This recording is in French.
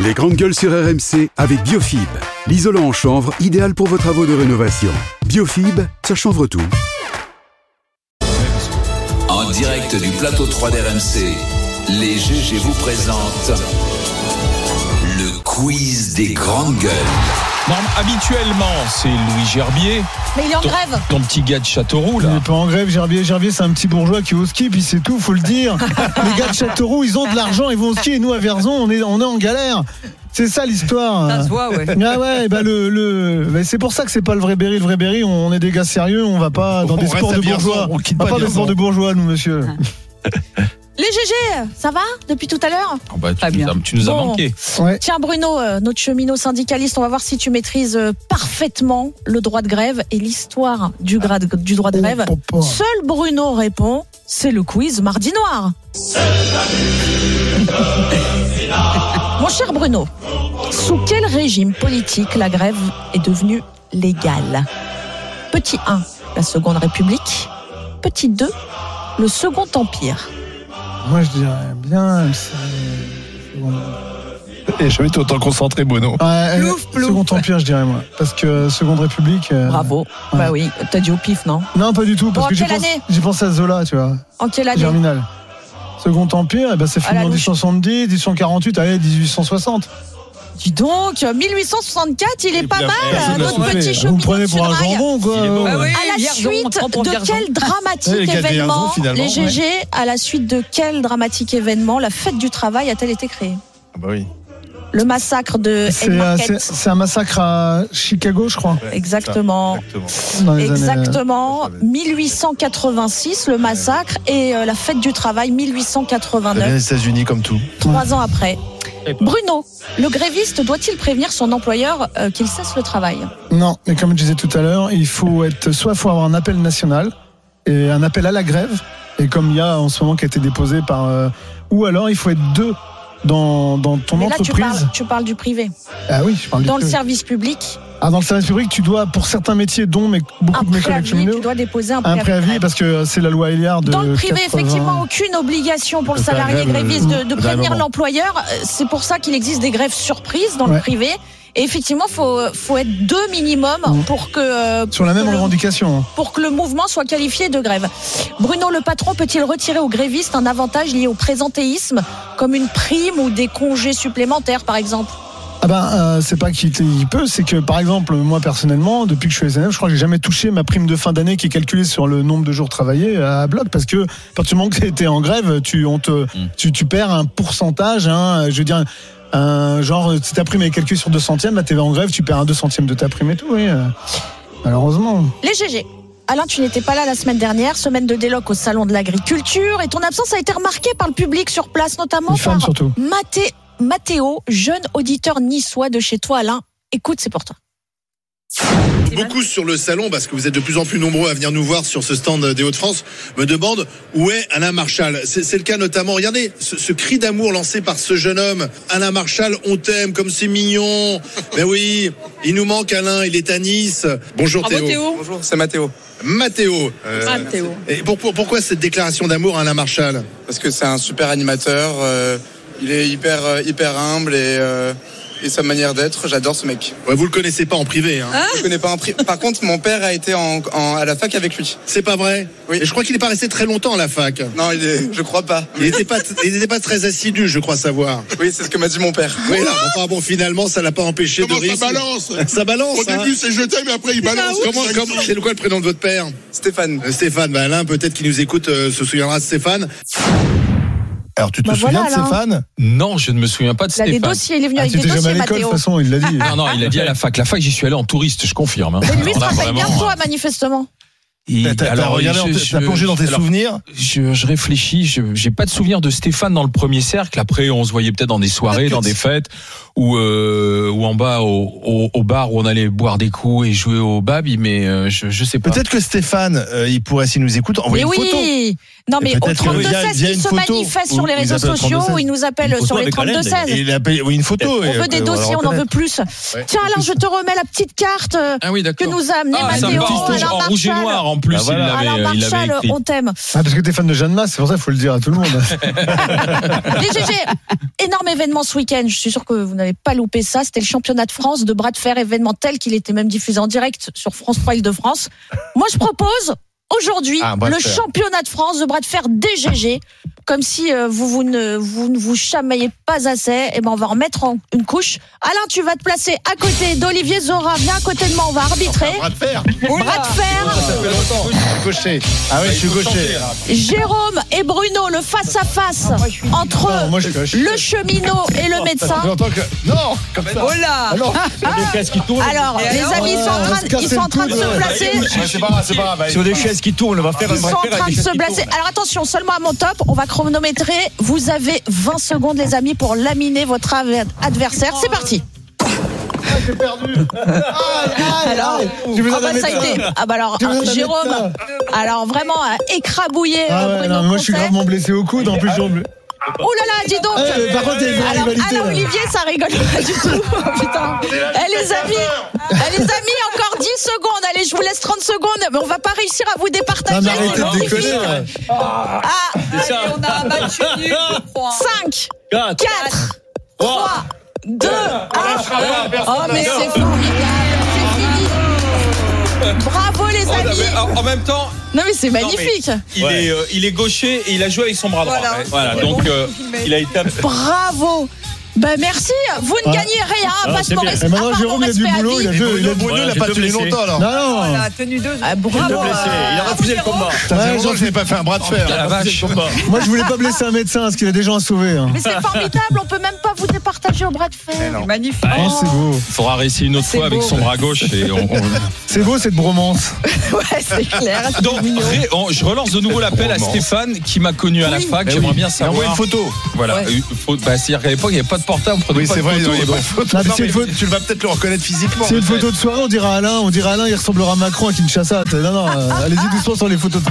Les grandes gueules sur RMC avec Biofib. L'isolant en chanvre, idéal pour vos travaux de rénovation. Biofib, ça chanvre tout. En direct du plateau 3 d'RMC, les GG vous présentent le quiz des grandes gueules. Non, habituellement, c'est Louis Gerbier, Mais il est en ton, grève. ton petit gars de Châteauroux, Il là. n'est pas en grève, Gerbier. Gerbier, c'est un petit bourgeois qui va au ski, puis c'est tout, faut le dire. Les gars de Châteauroux, ils ont de l'argent, ils vont au ski, et nous, à Verzon, on est, on est en galère. C'est ça l'histoire. Ça se voit, ouais. Ah ouais, bah le, le- bah c'est pour ça que c'est pas le vrai Berry. Le vrai Berry, on, on est des gars sérieux, on va pas dans On des reste sports à de Vierzon, bourgeois. on quitte va pas pas des Vierzon. sports de bourgeois, nous, monsieur. Les GG, ça va depuis tout à l'heure Ah bah, tu, Pas bien. nous as- tu nous as Bon. manqué. Ouais. Tiens Bruno, euh, notre cheminot syndicaliste, on va voir si tu maîtrises euh, parfaitement le droit de grève et l'histoire du, grade- du droit de grève. Oh, papa. Seul Bruno répond, c'est le quiz mardi noir. Mon cher Bruno, sous quel régime politique la grève est devenue légale Petit 1, la Seconde République. Petit 2, le Second Empire. Moi, je dirais bien. c'est- Eh, Et jamais été autant concentré, Bono. Ouais, Plouf, plouf. Second Empire, je dirais, moi. Parce que Seconde République. euh, Bravo. Bah oui, t'as dit au pif, non Non, pas du tout. Parce Bon, que j'ai quelle pensé- année j'ai pensé à Zola, tu vois. En quelle année Germinal. Second Empire, eh ben, c'est À la fini en louche. 1870, 1848, allez, 1860. Dis donc, euh, 1864, il est Eh Et pas puis mal, après, hein, personne notre ne s'en petit fait. Vous cheminot me prenez pour un de Sudrail. jambon, quoi. Il est bon, À Ah ouais. la suite de hein. quel Ouais, les dramatique gars de Vierzon, événement, finalement, les GG, à la suite de quel dramatique événement la fête du travail a-t-elle été créée bah oui. Le massacre de C'est, euh, C'est Haymarket. c'est un massacre à Chicago, je crois. Exactement. dans les années- euh, Exactement, Ça, ça va être- 1886, le massacre, et euh, la fête du travail, 1889. États-Unis comme tout. trois ans après. Et pas. Bruno, le gréviste doit-il prévenir son employeur euh, qu'il cesse le travail Non, mais comme je disais tout à l'heure, il faut être, soit faut avoir un appel national et un appel à la grève. Et comme il y a en ce moment qui a été déposé par, euh, ou alors il faut être deux dans, dans ton Mais là, tu entreprise. parles, tu parles du privé. Ah oui, je parle du Dans le privé. service public, Ah, dans le service public, tu dois, pour certains métiers, dont mais beaucoup un de mes collègues préavis, cheminots, tu dois déposer un un préavis. préavis parce que c'est la loi Eliard de Dans le privé, 80. effectivement, aucune obligation pour le De faire salarié grève, gréviste de, de euh, au dernier prévenir moment. l'employeur. Euh, C'est pour ça qu'il existe des grèves surprises dans le Ouais. privé. Et effectivement, faut faut être deux minimum Mmh. pour que euh, Sur la pour même que le- revendication. hein. pour que le mouvement soit qualifié de grève. Bruno, le patron peut-il retirer aux grévistes un avantage lié au présentéisme, comme une prime ou des congés supplémentaires, par exemple Ah ben, euh, c'est pas qu'il t- il peut, c'est que par exemple, moi personnellement, depuis que je suis SNF, je crois que j'ai jamais touché ma prime de fin d'année qui est calculée sur le nombre de jours travaillés à bloc parce que à partir du moment que t'es en grève, tu, on te, Mm. tu, tu perds un pourcentage, hein, je veux dire, un, genre, si ta prime est calculée sur 2 centièmes, bah t'es en grève, tu perds un 2 centièmes de ta prime et tout, oui. euh, Malheureusement. Les GG. Alain, tu n'étais pas là la semaine dernière, semaine de déloc au Salon de l'Agriculture, et ton absence a été remarquée par le public sur place, notamment Les femmes par surtout. Mathé- Mathéo, jeune auditeur niçois de chez toi, Alain. Écoute, c'est pour toi. Beaucoup sur le salon, parce que vous êtes de plus en plus nombreux à venir nous voir sur ce stand des Hauts-de-France, me demandent où est Alain Marchal. C'est c'est le cas notamment, regardez, ce, ce cri d'amour lancé par ce jeune homme. Alain Marchal, on t'aime, comme c'est mignon. Ben oui, il nous manque Alain, il est à Nice. Ah, Bonjour Théo. Bonjour, c'est Mathéo. Mathéo. Euh, et pour- pour- pourquoi cette déclaration d'amour à Alain Marchal Parce que c'est un super animateur, euh, il est hyper, euh, hyper humble et, euh, et sa manière d'être, j'adore ce mec. ouais, Vous le connaissez pas en privé, hein. Je connais pas un prix. Par contre, mon père a été en, en- à la fac avec lui. c'est pas vrai Oui. Et je crois qu'il n'est pas resté très longtemps à la fac. Non, il est, je crois pas. Il n'était pas, il était pas très assidu, je crois savoir. Oui, c'est ce que m'a dit mon père. Oui, là, enfin, bon, finalement, ça l'a pas empêché Comment de rire. ça balance Ça balance. Au hein. début, c'est je t'aime, mais après, il balance. Comment, Ça, comment, c'est quoi le prénom de votre père Stéphane. Euh, Stéphane, bah Alain, peut-être qu'il nous écoute, euh, se souviendra de Stéphane. Alors, tu te Bah souviens voilà, de Alain. Stéphane Non, je ne me souviens pas de Il a des Stéphane. dossiers, il est venu Ah, avec tu des étais jamais dossiers, à l'école, de toute Mathéo. façon, il l'a dit. Ah, Non, non, il a dit à la fac. La fac, j'y suis allé en touriste, je confirme. hein. Mais lui, il se On a rappelle bien vraiment- de toi, manifestement. Il- T'as- T'as t'as alors, regardé, je- en- t'as je- plongé dans tes alors, souvenirs Je, je réfléchis, je j'ai pas de souvenir de Stéphane dans le premier cercle. Après, on se voyait peut-être dans des soirées, dans des fêtes, ou euh, ou en bas au, au, au bar où on allait boire des coups et jouer au babi. Mais euh, je, je sais pas. Peut-être que Stéphane, euh, il pourrait, s'il nous écoute, envoyer Mais une photo. oui Non mais au Peut-être, euh, 32 via- 16 via qui une se photo, manifestent ou- sur les ils réseaux appellent au sociaux, 32-16. ils nous appellent sur les 32 Et 16. il a payé- oui, une photo. On veut des dossiers, on en veut plus. Tiens Alain, je te remets la petite carte euh, Ah oui, que d'accord. nous a amenée Ah, ça Mathéo, me fiche, Alain en rouge et Marchal. noir en plus, Bah voilà. il Alors l'avait- euh, il l'avait Marshall, écrit. on t'aime. Ah, parce que t'es fan de Jeanne Masse, c'est pour ça qu'il faut le dire à tout le monde. Les GG, énorme événement ce week-end. Je suis sûr que vous n'avez pas loupé ça. C'était le championnat de France de bras de fer événement tel qu'il était même diffusé en direct sur France 3 Île-de-France. Moi, je propose aujourd'hui Ah, un bras de le fer. championnat de France de bras de fer DGG. Comme si euh, vous, vous ne vous, ne vous chamaillez pas assez. Et ben, on va en mettre en- une couche. Alain, tu vas te placer à côté d'Olivier Zora. Viens à côté de moi, on va arbitrer. Bras de fer Bras de fer. Gaucher. Ah ouais, je suis gaucher. Jérôme et Bruno, le face-à-face entre Non, moi, Ah, je suis gauche. le cheminot et le médecin. J'entends que. Non Comme ça Oh Ah, là Alors, Des casques qui tournent. Alors, Et les alors, amis, ils sont en euh, train, on se casse ils sont en train de les se couilles, placer. Ouais, c'est pas grave, c'est pas grave. allez. Sur des chaises qui tournent, on va faire un Ils sont bras en de fer train de avec des chaises se qui placer. tournent. Alors attention, seulement à mon top, on va chronométrer. Vous avez 20 secondes, les amis, pour laminer votre av- adversaire. C'est parti. j'ai perdu Ah, Alors, je vous Ah en bah, avais ça a pas. été. Ah bah alors, Je vous en hein, avais Jérôme, alors vraiment euh, à écrabouiller Ah ouais, non, moi je suis gravement blessé au coude, en plus je Oh là là, dis donc Eh, par contre, il y a une Alors, rivalité, Alain là. Olivier, ça rigole pas du tout. Putain. Eh, les amis, eh, les amis, encore 10 secondes. Allez, je vous laisse 30 secondes. Mais on va pas réussir à vous départager. Non, mais arrêtez de déconner, là. Ah, ça. on a un match nul, je crois. hein. 5, Quatre. 4, 3, 2, 1. Oh, mais c'est formidable. C'est fini. Bravo, les Oh, non, mais amis. en- En même temps, Non, mais c'est magnifique. il Ouais. est, euh, il est gaucher et il a joué avec son bras droit. Voilà. Ouais. Voilà, C'est donc bon, euh, je filmais. il a été abs- Bravo. Ben merci, vous ne Ouais. gagnez rien, Ah, passe c'est mon bien. res- Et à maintenant, part Jérôme, mon il a du respect à boulot, vie. il a deux, il a Bruno, deux. Bruno, il a j'ai pas deux tenu blessés. longtemps alors. Non, Oh On non a tenu deux. Ah, Deux bravo. blessés. Il a refusé le combat. Putain, c'est Ouais, longtemps que je n'ai pas fait un bras de fer. la vache. Moi je voulais pas blesser un médecin parce qu'il a des gens à sauver. hein. Mais c'est formidable, on peut même pas vous départager au bras de fer. C'est Magnifique. Ah. Oh, c'est beau. Il faudra réessayer une autre C'est Bah, fois avec beau. son bras gauche. Et on, on- C'est beau cette bromance. Ouais, c'est clair. Donc, ré- on- je relance de nouveau l'appel à Stéphane qui m'a connu à la Oui. fac. Eh oui. J'aimerais bien Il a envoyé savoir. une photo. Voilà. Ouais. Euh, faut- bah, C'est-à-dire qu'à l'époque, il n'y avait pas de portable. On prenait Oui, pas c'est de vrai, il photos, n'y a donc- pas de photo. Ah, mais Non, c'est mais une photo- Tu vas peut-être le reconnaître physiquement. C'est une photo de soirée, on dira à Alain, on dira à Alain, il ressemblera à Macron à Kinshasa. Non, non, euh, allez-y doucement sur les photos de soirée.